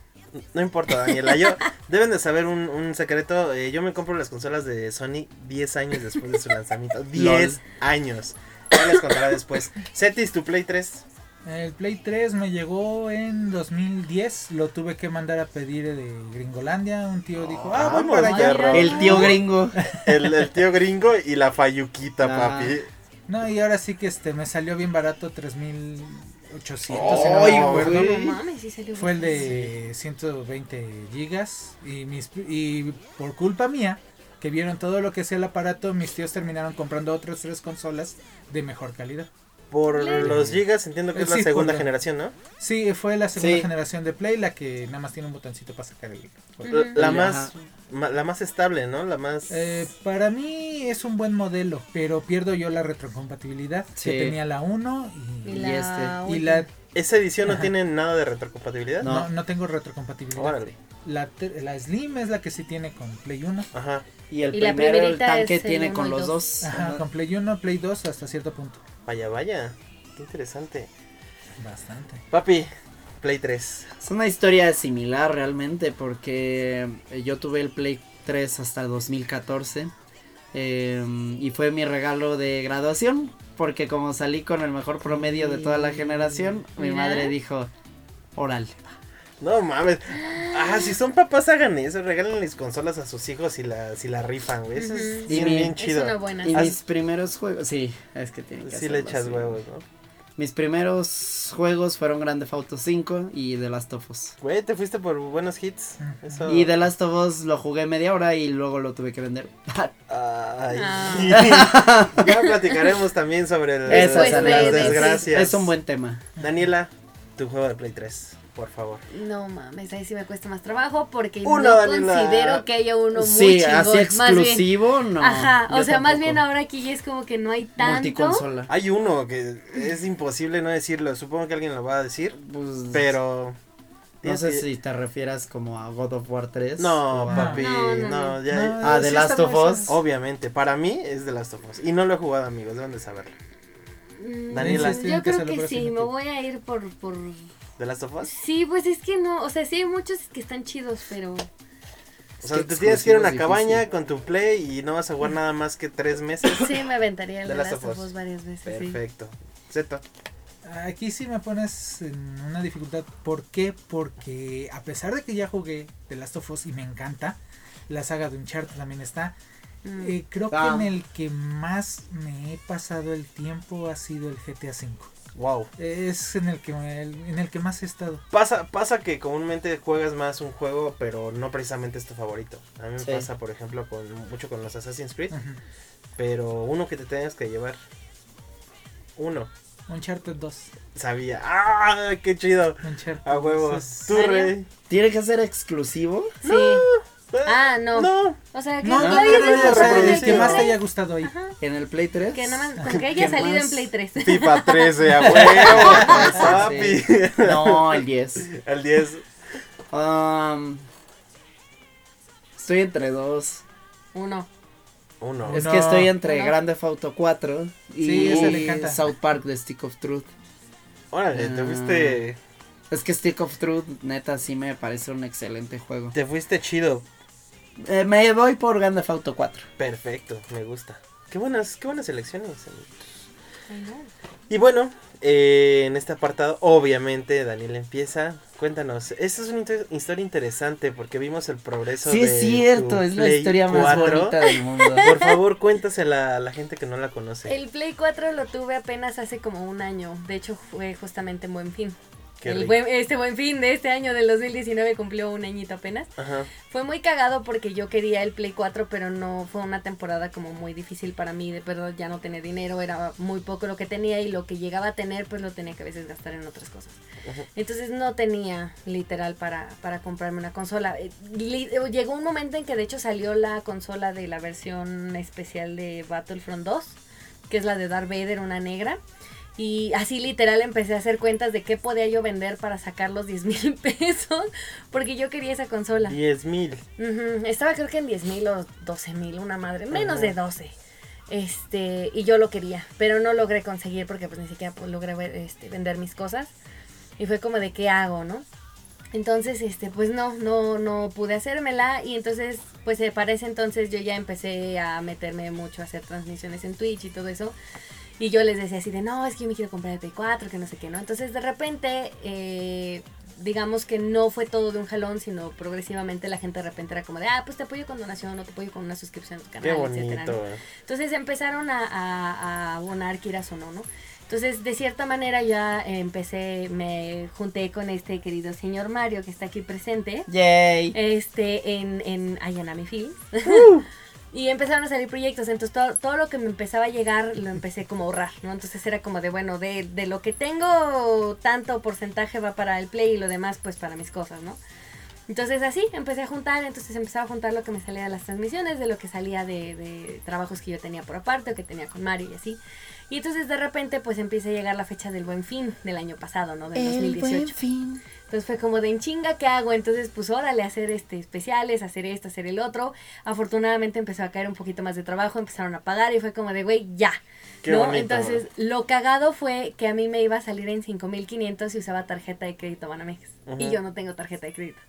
Speaker 1: No importa, Daniela. Yo, deben de saber un, un secreto. eh, yo me compro las consolas de Sony 10 años después de su
Speaker 2: <laughs>
Speaker 1: lanzamiento. 10 años. Ya les contará después. Cetis, tu Play 3.
Speaker 4: El Play 3 me llegó en 2010. Lo tuve que mandar a pedir de Gringolandia. Un tío dijo, ah, voy
Speaker 1: vamos,
Speaker 4: para allá.
Speaker 1: perro.
Speaker 2: Oh, El tío gringo.
Speaker 1: El, el tío gringo y la fayuquita,
Speaker 2: Ah.
Speaker 1: papi.
Speaker 4: No, y ahora sí que este me salió bien barato, 3800. si no
Speaker 1: Ay,
Speaker 4: me acuerdo.
Speaker 1: güey.
Speaker 3: No mames, sí salió.
Speaker 4: Fue el
Speaker 3: barato.
Speaker 4: de 120 gigas y mis y por culpa mía que vieron todo lo que hacía el aparato, mis tíos terminaron comprando otras tres consolas de mejor calidad.
Speaker 1: Por los gigas entiendo que es la
Speaker 4: Sí,
Speaker 1: segunda
Speaker 4: por-
Speaker 1: generación, ¿no?
Speaker 4: Sí, fue la segunda
Speaker 2: Sí.
Speaker 4: generación de Play la que nada más tiene un botoncito para sacar el.
Speaker 1: La, la
Speaker 2: Ajá.
Speaker 1: más ma- la más estable, ¿no? La más
Speaker 4: Eh, para mí es un buen modelo, pero pierdo yo la retrocompatibilidad
Speaker 2: Sí.
Speaker 4: que tenía la 1 y,
Speaker 3: Y
Speaker 2: y este,
Speaker 3: la
Speaker 4: y
Speaker 3: última.
Speaker 4: la
Speaker 1: esa edición no
Speaker 4: ajá.
Speaker 1: tiene nada de retrocompatibilidad.
Speaker 2: No.
Speaker 4: no. no tengo retrocompatibilidad.
Speaker 1: Órale.
Speaker 4: La, te- la Slim es la que sí tiene con Play 1.
Speaker 1: Ajá.
Speaker 2: Y el
Speaker 3: Y la
Speaker 2: primero, el
Speaker 3: primerita
Speaker 2: tanque
Speaker 3: es el
Speaker 2: tiene
Speaker 3: uno
Speaker 2: con
Speaker 3: y
Speaker 2: los
Speaker 3: dos.
Speaker 2: dos.
Speaker 4: Ajá,
Speaker 2: Ajá.
Speaker 4: con Play 1, Play 2 hasta cierto punto.
Speaker 1: Vaya, vaya. Qué interesante.
Speaker 4: Bastante.
Speaker 1: Papi, Play 3.
Speaker 2: Es una historia similar realmente porque eh, yo tuve el Play 3 hasta 2014 eh, y fue mi regalo de graduación porque como salí con el mejor promedio de toda la generación, mi
Speaker 3: Mira.
Speaker 2: madre dijo, oral.
Speaker 1: No mames. Ah, si son papás, hagan eso. Regálenles consolas a sus hijos si la, si la rifan, güey. Eso es
Speaker 3: Ujú.
Speaker 1: bien,
Speaker 2: Y mi-
Speaker 1: bien
Speaker 3: Es una
Speaker 1: chido.
Speaker 3: buena.
Speaker 2: Y
Speaker 1: Haz-
Speaker 2: mis primeros juegos, sí, es que tiene que
Speaker 1: Si le
Speaker 2: hacerlo
Speaker 1: echas
Speaker 2: así.
Speaker 1: huevos, ¿no?
Speaker 2: Mis primeros juegos fueron Grand Theft Auto 5 y The Last of Us.
Speaker 1: Güey, te fuiste por buenos hits.
Speaker 4: Ujú.
Speaker 1: Eso.
Speaker 2: Y The Last of Us lo jugué media hora y luego lo tuve que vender.
Speaker 1: Ay. <laughs>
Speaker 3: Ah.
Speaker 1: ya platicaremos también sobre el- las
Speaker 2: Esas
Speaker 3: Pues,
Speaker 2: anécdotas.
Speaker 1: Pues, desgracias.
Speaker 2: es un buen tema.
Speaker 1: Daniela, tu juego de Play 3, por favor.
Speaker 3: No mames, ahí sí me cuesta más trabajo porque
Speaker 1: Uno,
Speaker 3: no
Speaker 1: Daniela.
Speaker 3: considero que haya uno muy
Speaker 2: sí,
Speaker 3: chingón.
Speaker 2: así
Speaker 3: más bien.
Speaker 2: exclusivo, no.
Speaker 3: Ajá, o
Speaker 2: yo
Speaker 3: sea, más
Speaker 2: tampoco.
Speaker 3: bien ahora aquí ya es como que no hay tanto.
Speaker 2: Multiconsola.
Speaker 1: Hay uno que es imposible no decirlo. Supongo que alguien lo va a decir,
Speaker 2: Pues,
Speaker 1: pero.
Speaker 2: no
Speaker 1: tienes
Speaker 2: sé
Speaker 1: que-
Speaker 2: si te refieras como a God of War 3.
Speaker 1: No,
Speaker 2: o a-
Speaker 1: papi, no,
Speaker 3: Ah. No, no, no.
Speaker 1: ya.
Speaker 4: No,
Speaker 2: Ah, The
Speaker 4: sí
Speaker 2: Last
Speaker 4: está
Speaker 2: of
Speaker 4: muy
Speaker 2: Us.
Speaker 4: sencillo.
Speaker 1: Obviamente, para mí es de las of Us, Y no lo he jugado, amigos, deben de saberlo.
Speaker 3: Mm,
Speaker 1: Daniela.
Speaker 3: Yo
Speaker 4: Tienen que
Speaker 3: creo
Speaker 4: hacerlo,
Speaker 3: que
Speaker 4: pero sí,
Speaker 3: sí,
Speaker 4: no
Speaker 3: me
Speaker 4: tiene.
Speaker 3: voy a ir por, por...
Speaker 1: ¿De las of Us?
Speaker 3: Sí, pues es que no, o sea, sí hay muchos que están chidos, pero...
Speaker 1: O sea,
Speaker 2: que
Speaker 1: te tienes que ir a una
Speaker 2: exclusivo es
Speaker 1: cabaña
Speaker 2: difícil.
Speaker 1: con tu play y no vas a jugar nada más que tres meses.
Speaker 3: Sí, me aventaría el
Speaker 1: The
Speaker 3: de
Speaker 1: Last
Speaker 3: las
Speaker 1: of Us.
Speaker 3: voz varias veces, sí.
Speaker 1: Perfecto. Zeto.
Speaker 4: Aquí sí me pones en una dificultad. ¿Por qué? Porque a pesar de que ya jugué The Last of Us y me encanta, la saga de Uncharted también está.
Speaker 3: Mm.
Speaker 4: eh, creo
Speaker 2: Ah.
Speaker 4: que en el que más me he pasado el tiempo ha sido el GTA V.
Speaker 1: Wow.
Speaker 4: Es en el que me- en el que más he estado.
Speaker 1: Pasa, pasa que comúnmente juegas más un juego, pero no precisamente es tu favorito. A mí me
Speaker 2: Sí.
Speaker 1: pasa, por ejemplo, con mucho con los Assassin's Creed,
Speaker 4: Ujú.
Speaker 1: pero uno que te tengas que llevar. Uno.
Speaker 4: Uncharted 2.
Speaker 1: Sabía. ¡Ah! ¡Qué chido!
Speaker 4: Uncharted.
Speaker 1: A huevos.
Speaker 4: Entonces,
Speaker 1: Tú,
Speaker 3: ¿Mario?
Speaker 1: rey.
Speaker 2: ¿Tiene que ser exclusivo?
Speaker 3: Sí. Ah, no.
Speaker 1: No.
Speaker 3: O sea, que
Speaker 4: No, no,
Speaker 3: no
Speaker 4: no,
Speaker 3: haya
Speaker 4: no, no,
Speaker 1: no,
Speaker 4: o sea, el
Speaker 1: reproducido.
Speaker 4: que más te
Speaker 3: Play.
Speaker 4: haya gustado ahí.
Speaker 3: Ajá,
Speaker 2: ¿En el Play 3?
Speaker 4: <laughs>
Speaker 3: que nada más, con que
Speaker 2: ¿Qué
Speaker 3: haya salido
Speaker 2: más?
Speaker 3: en Play 3.
Speaker 1: FIFA 13, a huevo.
Speaker 2: Sí.
Speaker 1: Papi.
Speaker 2: <laughs> No, el 10.
Speaker 1: El 10.
Speaker 2: Um, estoy entre dos.
Speaker 3: Uno.
Speaker 1: Uno.
Speaker 2: Es
Speaker 4: No.
Speaker 2: que estoy entre
Speaker 3: No.
Speaker 2: Grande Theft Auto 4 y
Speaker 4: Sí, ese le encanta.
Speaker 2: South Park de Stick of Truth.
Speaker 1: Órale, te
Speaker 2: Ah.
Speaker 1: fuiste.
Speaker 2: Es que Stick of Truth, neta, sí me parece un excelente juego.
Speaker 1: Te fuiste chido.
Speaker 2: Eh, me voy por Grand Theft Auto 4.
Speaker 1: Perfecto, me gusta. Qué buenas, qué buenas elecciones. amigos.
Speaker 3: Ay, no.
Speaker 1: Y bueno, eh, en este apartado, obviamente, Daniel empieza. Cuéntanos, esta es una inter- historia interesante porque vimos el progreso.
Speaker 2: Sí,
Speaker 1: de
Speaker 2: es cierto,
Speaker 1: tu
Speaker 2: es la
Speaker 1: Play
Speaker 2: historia más
Speaker 1: 4.
Speaker 2: bonita del mundo.
Speaker 1: <laughs> Por favor, cuéntasela a la gente que no la conoce.
Speaker 3: El Play 4 lo tuve apenas hace como un año. De hecho, fue justamente en Buen Fin.
Speaker 1: Qué
Speaker 3: El
Speaker 1: rico.
Speaker 3: buen- este Buen Fin de este año, del 2019, cumplió un añito apenas.
Speaker 1: Ajá.
Speaker 3: Fue muy cagado porque yo quería el Play 4, pero no fue una temporada como muy difícil para mí. De verdad, ya no tenía dinero, era muy poco lo que tenía y lo que llegaba a tener, pues lo tenía que a veces gastar en otras cosas.
Speaker 1: Ujú.
Speaker 3: Entonces no tenía literal para, para comprarme una consola. Eh, li- eh, Llegó un momento en que de hecho salió la consola de la versión especial de Battlefront 2, que es la de Darth Vader, una negra. Y así literal empecé a hacer cuentas de qué podía yo vender para sacar los 10 mil <laughs> pesos, porque yo quería esa consola.
Speaker 1: 10
Speaker 3: Ah,
Speaker 1: mil.
Speaker 3: Ujú, Estaba creo que en 10 mil o 12 mil, una madre, menos
Speaker 1: Ajá.
Speaker 3: de 12. Este, y yo lo quería, pero no logré conseguir porque pues ni siquiera pues, logré ver- este, vender mis cosas. Y fue como de qué hago, ¿no? Entonces, este, pues no, no, no pude hacérmela. Y entonces, pues eh, para ese entonces yo ya empecé a meterme mucho a hacer transmisiones en Twitch y todo eso. Y yo les decía así de, no, es que yo me quiero comprar el Play 4, que no sé qué, ¿no? Entonces, de repente, eh, digamos que no fue todo de un jalón, sino progresivamente la gente de repente era como de, ah, pues te apoyo con donación o te apoyo con una suscripción a tu
Speaker 1: Qué
Speaker 3: canal, etcétera, ¿no?
Speaker 1: bonito.
Speaker 3: Entonces empezaron a, a, a abonar, quieras o no, ¿no? Entonces, de cierta manera ya empecé, me junté con este querido señor Mario que está aquí presente,
Speaker 2: <laughs> Yay.
Speaker 3: este, en, en Ayanami Films.
Speaker 2: Uh.
Speaker 3: <laughs> y empezaron a salir proyectos, entonces todo, todo lo que me empezaba a llegar lo empecé como a ahorrar, ¿no? Entonces era como de, bueno, de, de lo que tengo, tanto porcentaje va para el play y lo demás pues para mis cosas, ¿no? Entonces así empecé a juntar, entonces empezaba a juntar lo que me salía de las transmisiones, de lo que salía de, de trabajos que yo tenía por aparte o que tenía con Mario y así. Y entonces de repente pues empieza a llegar la fecha del buen fin del año pasado, ¿no? Del
Speaker 2: El
Speaker 3: 2018.
Speaker 2: buen fin.
Speaker 3: Entonces fue como de en chinga, ¿qué hago? Entonces, pues órale, hacer este especiales, hacer esto, hacer el otro. Afortunadamente empezó a caer un poquito más de trabajo, empezaron a pagar y fue como de, güey, ya.
Speaker 1: Qué
Speaker 3: ¿no?
Speaker 1: bonito.
Speaker 3: Entonces, lo cagado fue que a mí me iba a salir en 5500 si usaba tarjeta de crédito Banamex. Y
Speaker 1: Ujú.
Speaker 3: yo no tengo tarjeta de crédito.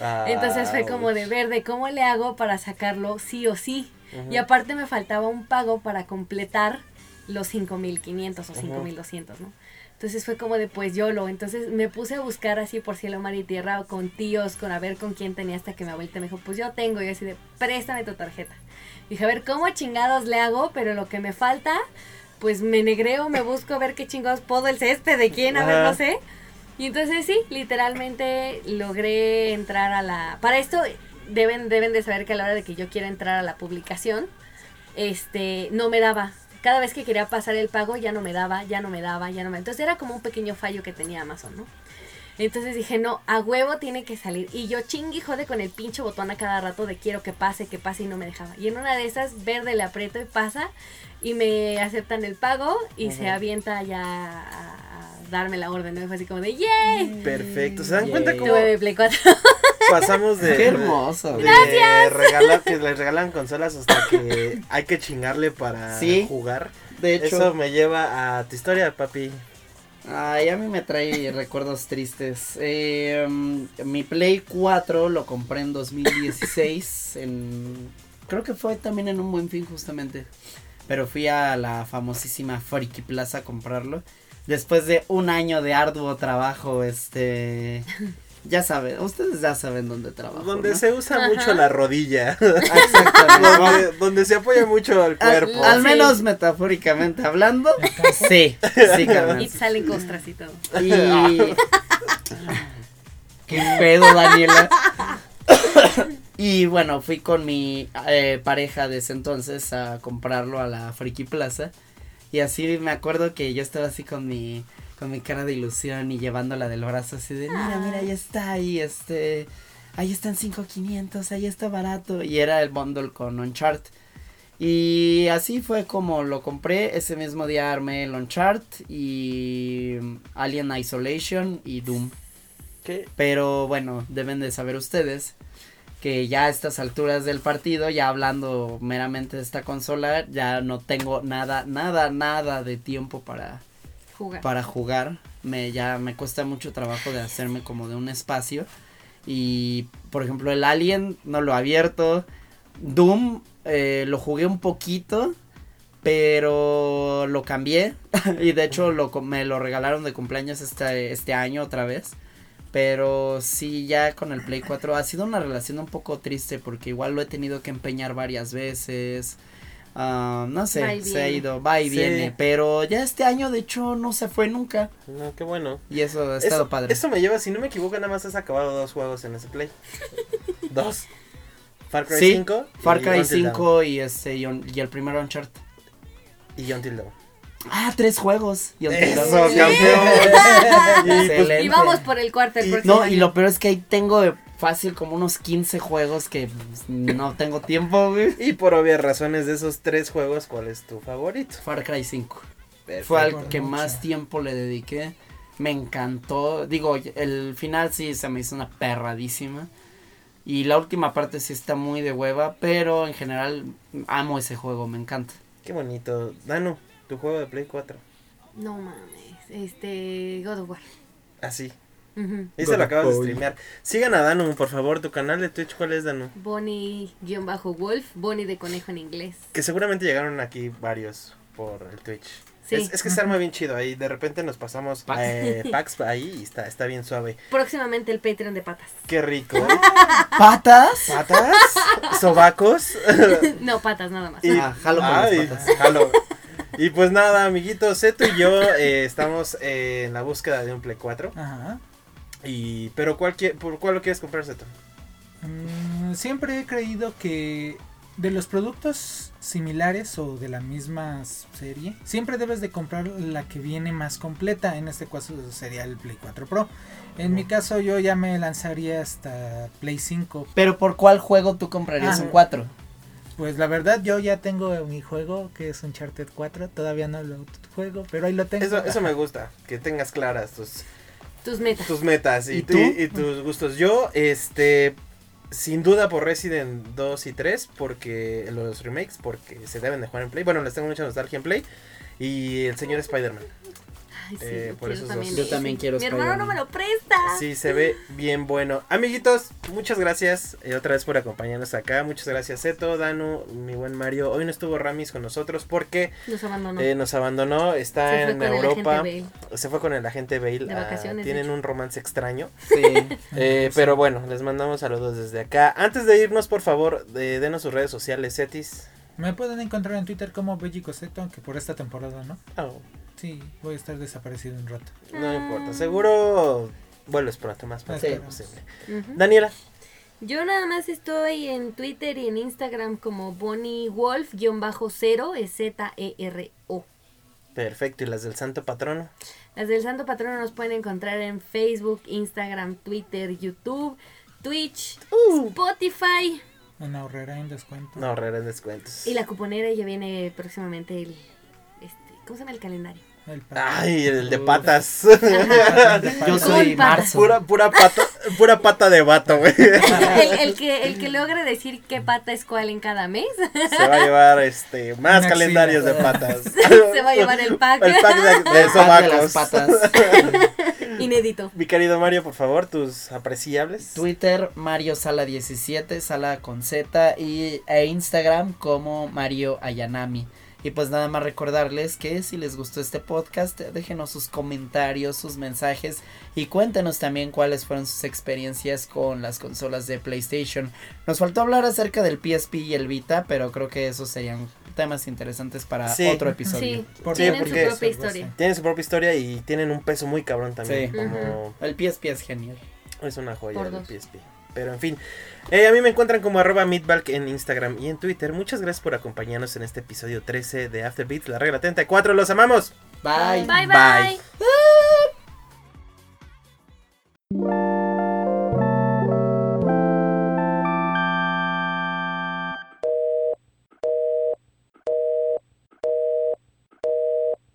Speaker 1: Ah,
Speaker 3: Entonces fue como
Speaker 1: uy.
Speaker 3: de ver de cómo le hago para sacarlo sí o sí.
Speaker 1: Ujú.
Speaker 3: Y aparte me faltaba un pago para completar los 5500 o
Speaker 1: Ujú.
Speaker 3: 5200, ¿no? Entonces fue como de pues yo lo. Entonces me puse a buscar así por cielo, mar y tierra o con tíos, con a ver con quién tenía hasta que mi abuelita me dijo, pues yo tengo. Y yo así de, préstame tu tarjeta. Dije, a ver, ¿cómo chingados le hago? Pero lo que me falta, pues me negreo, me busco a ver qué chingados puedo el césped de quién, a ver,
Speaker 1: Ajá.
Speaker 3: no sé. Y entonces sí, literalmente logré entrar a la... Para esto deben, deben de saber que a la hora de que yo quiera entrar a la publicación, este, no me daba. Cada vez que quería pasar el pago ya no me daba, ya no me daba, ya no me... Entonces era como un pequeño fallo que tenía Amazon, ¿no? Entonces dije, no, a huevo tiene que salir. Y yo chingui jode con el pinche botón a cada rato de quiero que pase, que pase y no me dejaba. Y en una de esas, verde le aprieto y pasa y me aceptan el pago y se
Speaker 1: Ajá.
Speaker 3: avienta ya a, a darme la orden. ¿no? Y fue así como de, ¡yay!
Speaker 2: pues,
Speaker 1: Perfecto. ¿Se dan Mm,
Speaker 2: Yay.
Speaker 1: cuenta cómo
Speaker 2: <laughs>
Speaker 3: Tuve mi Play 4.
Speaker 1: pasamos de.
Speaker 2: Qué hermoso.
Speaker 1: de
Speaker 2: güey.
Speaker 1: regalar- que les regalan consolas hasta que hay que chingarle para
Speaker 2: Sí.
Speaker 1: jugar.
Speaker 2: De hecho,
Speaker 1: Eso me lleva a tu historia, papi.
Speaker 2: ay, a mí me trae recuerdos tristes. Eh, mm, mi Play 4 lo compré en 2016. <laughs> en, creo que fue también en un buen fin, justamente. Pero fui a la famosísima Friki Plaza a comprarlo. Después de un año de arduo trabajo, este. Ya saben, ustedes ya saben dónde trabajo.
Speaker 1: Donde
Speaker 2: ¿no? Ah,
Speaker 1: se usa mucho la
Speaker 2: <laughs>
Speaker 1: rodilla. <laughs>
Speaker 2: Exactamente.
Speaker 1: donde, donde se apoya mucho el
Speaker 2: Al,
Speaker 1: cuerpo.
Speaker 2: al
Speaker 3: Sí.
Speaker 2: menos metafóricamente
Speaker 3: <laughs>
Speaker 2: hablando, sí, sí,
Speaker 3: Y
Speaker 1: Ah,
Speaker 2: carnal.
Speaker 3: salen costras y todo.
Speaker 2: Y... <laughs> Qué pedo, Daniela. y bueno, fui con mi eh, pareja de ese entonces a comprarlo a la Friki Plaza. Y así me acuerdo que yo estaba así con mi con mi cara de ilusión y llevándola del brazo así de, mira, mira,
Speaker 3: Ah.
Speaker 2: ahí está, ahí este, ahí están 5500, ahí está barato. Y era el bundle con Onchart. Y así fue como lo compré. Ese mismo día armé el Onchart y mm, Alien Isolation y Doom.
Speaker 1: ¿Qué?
Speaker 2: Pero bueno, deben de saber ustedes que ya a estas alturas del partido, ya hablando meramente de esta consola, ya no tengo nada, nada, nada de tiempo para,
Speaker 3: Jugar.
Speaker 2: para jugar. Me, ya me cuesta mucho trabajo de hacerme como de un espacio. Y por ejemplo, el Alien no lo he abierto. Doom eh, lo jugué un poquito, pero lo cambié. <laughs> y de hecho lo, co- me lo regalaron de cumpleaños este, este año otra vez. Pero sí, ya con el Play 4 ha sido una relación un poco triste porque igual lo he tenido que empeñar varias veces. Ah, no sé,
Speaker 3: Va y
Speaker 2: se ha
Speaker 3: viene.
Speaker 2: ido, va y
Speaker 1: Sí.
Speaker 2: viene. Pero ya este año, de hecho, no se fue nunca.
Speaker 1: No, qué bueno.
Speaker 2: Y eso ha estado
Speaker 1: eso,
Speaker 2: padre.
Speaker 1: eso me lleva, si no me equivoco, nada más has acabado dos juegos en ese play. dos. Far Cry
Speaker 2: Sí,
Speaker 1: 5.
Speaker 2: Far
Speaker 1: y
Speaker 2: Cry
Speaker 1: Until Dawn.
Speaker 2: 5 y, este, y, un- y el primer Uncharted.
Speaker 1: Y Until Dawn.
Speaker 2: Ah, tres juegos. Y Until Dawn.
Speaker 1: Eso,
Speaker 3: Sí.
Speaker 1: campeón. Y pues,
Speaker 2: Excelente.
Speaker 3: Y vamos por el cuarto el
Speaker 1: Y-
Speaker 3: próximo
Speaker 2: No, y
Speaker 3: año.
Speaker 2: lo peor es que ahí tengo de fácil como unos 15 juegos que pues, no tengo tiempo, güey.
Speaker 1: y por obvias razones de esos tres juegos, ¿cuál es tu favorito?
Speaker 2: Far Cry 5. Fue al
Speaker 4: Por
Speaker 2: que más
Speaker 4: mucho.
Speaker 2: tiempo le dediqué. Me encantó. Digo, el final sí se me hizo una perradísima. Y la última parte sí está muy de hueva, pero en general amo ese juego, me encanta.
Speaker 1: Qué bonito. Danu, tu juego de Play 4.
Speaker 3: No mames. Este. God of War.
Speaker 1: Así.
Speaker 3: Ujú.
Speaker 1: Y se
Speaker 4: God
Speaker 1: Ah, lo
Speaker 4: of
Speaker 1: acabas de
Speaker 4: War.
Speaker 1: streamear. Sigan a Danu, por favor. Tu canal de Twitch, ¿cuál es Danu?
Speaker 3: Bonnie-Wolf, Bonnie de conejo en inglés.
Speaker 1: Que seguramente llegaron aquí varios por el Twitch.
Speaker 3: Sí.
Speaker 1: Es, es que se arma bien chido ahí. De repente nos pasamos
Speaker 2: Pax.
Speaker 1: eh, Pax ahí y está, está bien suave.
Speaker 3: Próximamente el Patreon
Speaker 1: <laughs>
Speaker 3: de patas. <laughs>
Speaker 1: Qué rico.
Speaker 2: ¿Patas?
Speaker 1: ¿Patas?
Speaker 2: <laughs>
Speaker 1: ¿Sobacos?
Speaker 3: no, patas nada más.
Speaker 2: Ah, jalo con las
Speaker 1: Ay,
Speaker 2: patas.
Speaker 1: jalo. Y pues nada, amiguitos, Seto y yo eh, estamos eh, en la búsqueda de un Play 4.
Speaker 4: Ajá.
Speaker 1: Y, pero ¿cuál qui- ¿por cuál lo quieres comprar, Seto?
Speaker 4: Mm, siempre he creído que de los productos similares o de la misma serie, siempre debes de comprar la que viene más completa. En este caso sería el Play 4 Pro. En mi caso yo ya me lanzaría hasta Play 5.
Speaker 2: Pero ¿por cuál juego tú comprarías
Speaker 4: Ah.
Speaker 2: un 4?
Speaker 4: Pues la verdad, yo ya tengo mi juego, que es Uncharted 4. Todavía no lo juego, pero ahí lo tengo.
Speaker 1: Eso, eso me gusta, que tengas claras tus,
Speaker 3: Tus metas.
Speaker 1: tus metas y,
Speaker 2: ¿Y
Speaker 1: tu-
Speaker 2: tú?
Speaker 1: y tus gustos. Yo, este, sin duda por Resident 2 y 3, porque los remakes, porque se deben de jugar en Play. Bueno, les tengo mucha nostalgia en Play. Y el señor Spider-Man.
Speaker 3: Ay, sí,
Speaker 1: Eh,
Speaker 3: yo
Speaker 1: por
Speaker 3: quiero
Speaker 1: esos
Speaker 3: también
Speaker 1: dos.
Speaker 3: de
Speaker 2: Yo también
Speaker 3: ese.
Speaker 2: quiero
Speaker 3: Mi hermano no
Speaker 2: Spider-Man.
Speaker 3: me lo presta.
Speaker 1: Sí, se ve bien bueno. Amiguitos, muchas gracias eh, otra vez por acompañarnos acá. Muchas gracias, Seto, Danu, mi buen Mario. Hoy no estuvo Ramis con nosotros porque
Speaker 3: Nos abandonó.
Speaker 1: eh, nos abandonó. Está
Speaker 3: Se fue
Speaker 1: en
Speaker 3: con el
Speaker 1: Europa.
Speaker 3: agente
Speaker 1: Se fue con el agente Bale.
Speaker 3: De
Speaker 1: ah,
Speaker 3: vacaciones,
Speaker 1: tienen
Speaker 3: de hecho.
Speaker 1: un romance extraño. <laughs>
Speaker 2: Sí.
Speaker 1: Eh, Pero bueno, les mandamos saludos desde acá. Antes de irnos, por favor, eh, denos sus redes sociales, Setis.
Speaker 4: Me pueden encontrar en Twitter como Belly Coseto, aunque por esta temporada no.
Speaker 1: Oh,
Speaker 4: Sí, voy a estar desaparecido un rato.
Speaker 1: no
Speaker 3: Ah.
Speaker 1: importa, seguro vuelves pronto, más pronto
Speaker 2: Sí.
Speaker 1: posible.
Speaker 3: Ujú.
Speaker 1: Daniela,
Speaker 3: Yo nada más estoy en Twitter y en Instagram como Bonnie Wolf-0, es E Z-E-R-O.
Speaker 1: perfecto. ¿Y las del santo patrono?
Speaker 3: Las del Santo Patrono nos pueden encontrar en Facebook, Instagram, Twitter, YouTube, Twitch, Spotify.
Speaker 4: Una horrera en descuento.
Speaker 1: No, en descuentos.
Speaker 3: Y la cuponera ya viene próximamente el... Este, ¿Cómo se llama el calendario?
Speaker 4: El pa-
Speaker 1: Ay, el de
Speaker 2: Uf.
Speaker 1: patas.
Speaker 2: Yo soy
Speaker 3: Con patas.
Speaker 2: Marzo.
Speaker 1: pura, pura pata, pura pata de vato, güey. Se
Speaker 3: el, el que, el que logre decir qué pata es cuál en cada mes
Speaker 1: va a llevar este más
Speaker 4: Una
Speaker 1: calendarios de
Speaker 4: axila.
Speaker 1: patas.
Speaker 3: se va a llevar el pack
Speaker 1: El pack de, de
Speaker 2: Parte de las
Speaker 1: sobacos.
Speaker 2: patas.
Speaker 3: inédito.
Speaker 1: Mi querido Mario, por favor, tus apreciables.
Speaker 2: Twitter, Mario Sala 17, Sala con Z y, e Instagram como Mario Ayanami. Y pues nada más recordarles que si les gustó este podcast, déjenos sus comentarios, sus mensajes y cuéntenos también cuáles fueron sus experiencias con las consolas de PlayStation. Nos faltó hablar acerca del PSP y el Vita, pero creo que esos serían temas interesantes para
Speaker 1: Sí.
Speaker 2: otro
Speaker 3: Sí,
Speaker 2: episodio.
Speaker 4: Por-
Speaker 1: Sí,
Speaker 3: tienen su
Speaker 1: porque-
Speaker 3: propia historia.
Speaker 1: Tienen su propia historia y tienen un peso muy cabrón también.
Speaker 2: Sí.
Speaker 1: Como
Speaker 2: El PSP es genial.
Speaker 1: es una joya
Speaker 3: Por
Speaker 1: el
Speaker 3: dos.
Speaker 1: PSP. Pero en fin, Eh, a mí me encuentran como arroba meatbalk en Instagram y en Twitter. Muchas gracias por acompañarnos en este episodio 13 de Afterbeat, la regla 34. ¡Los amamos!
Speaker 2: Bye.
Speaker 3: Bye bye.
Speaker 1: Bye.
Speaker 3: bye.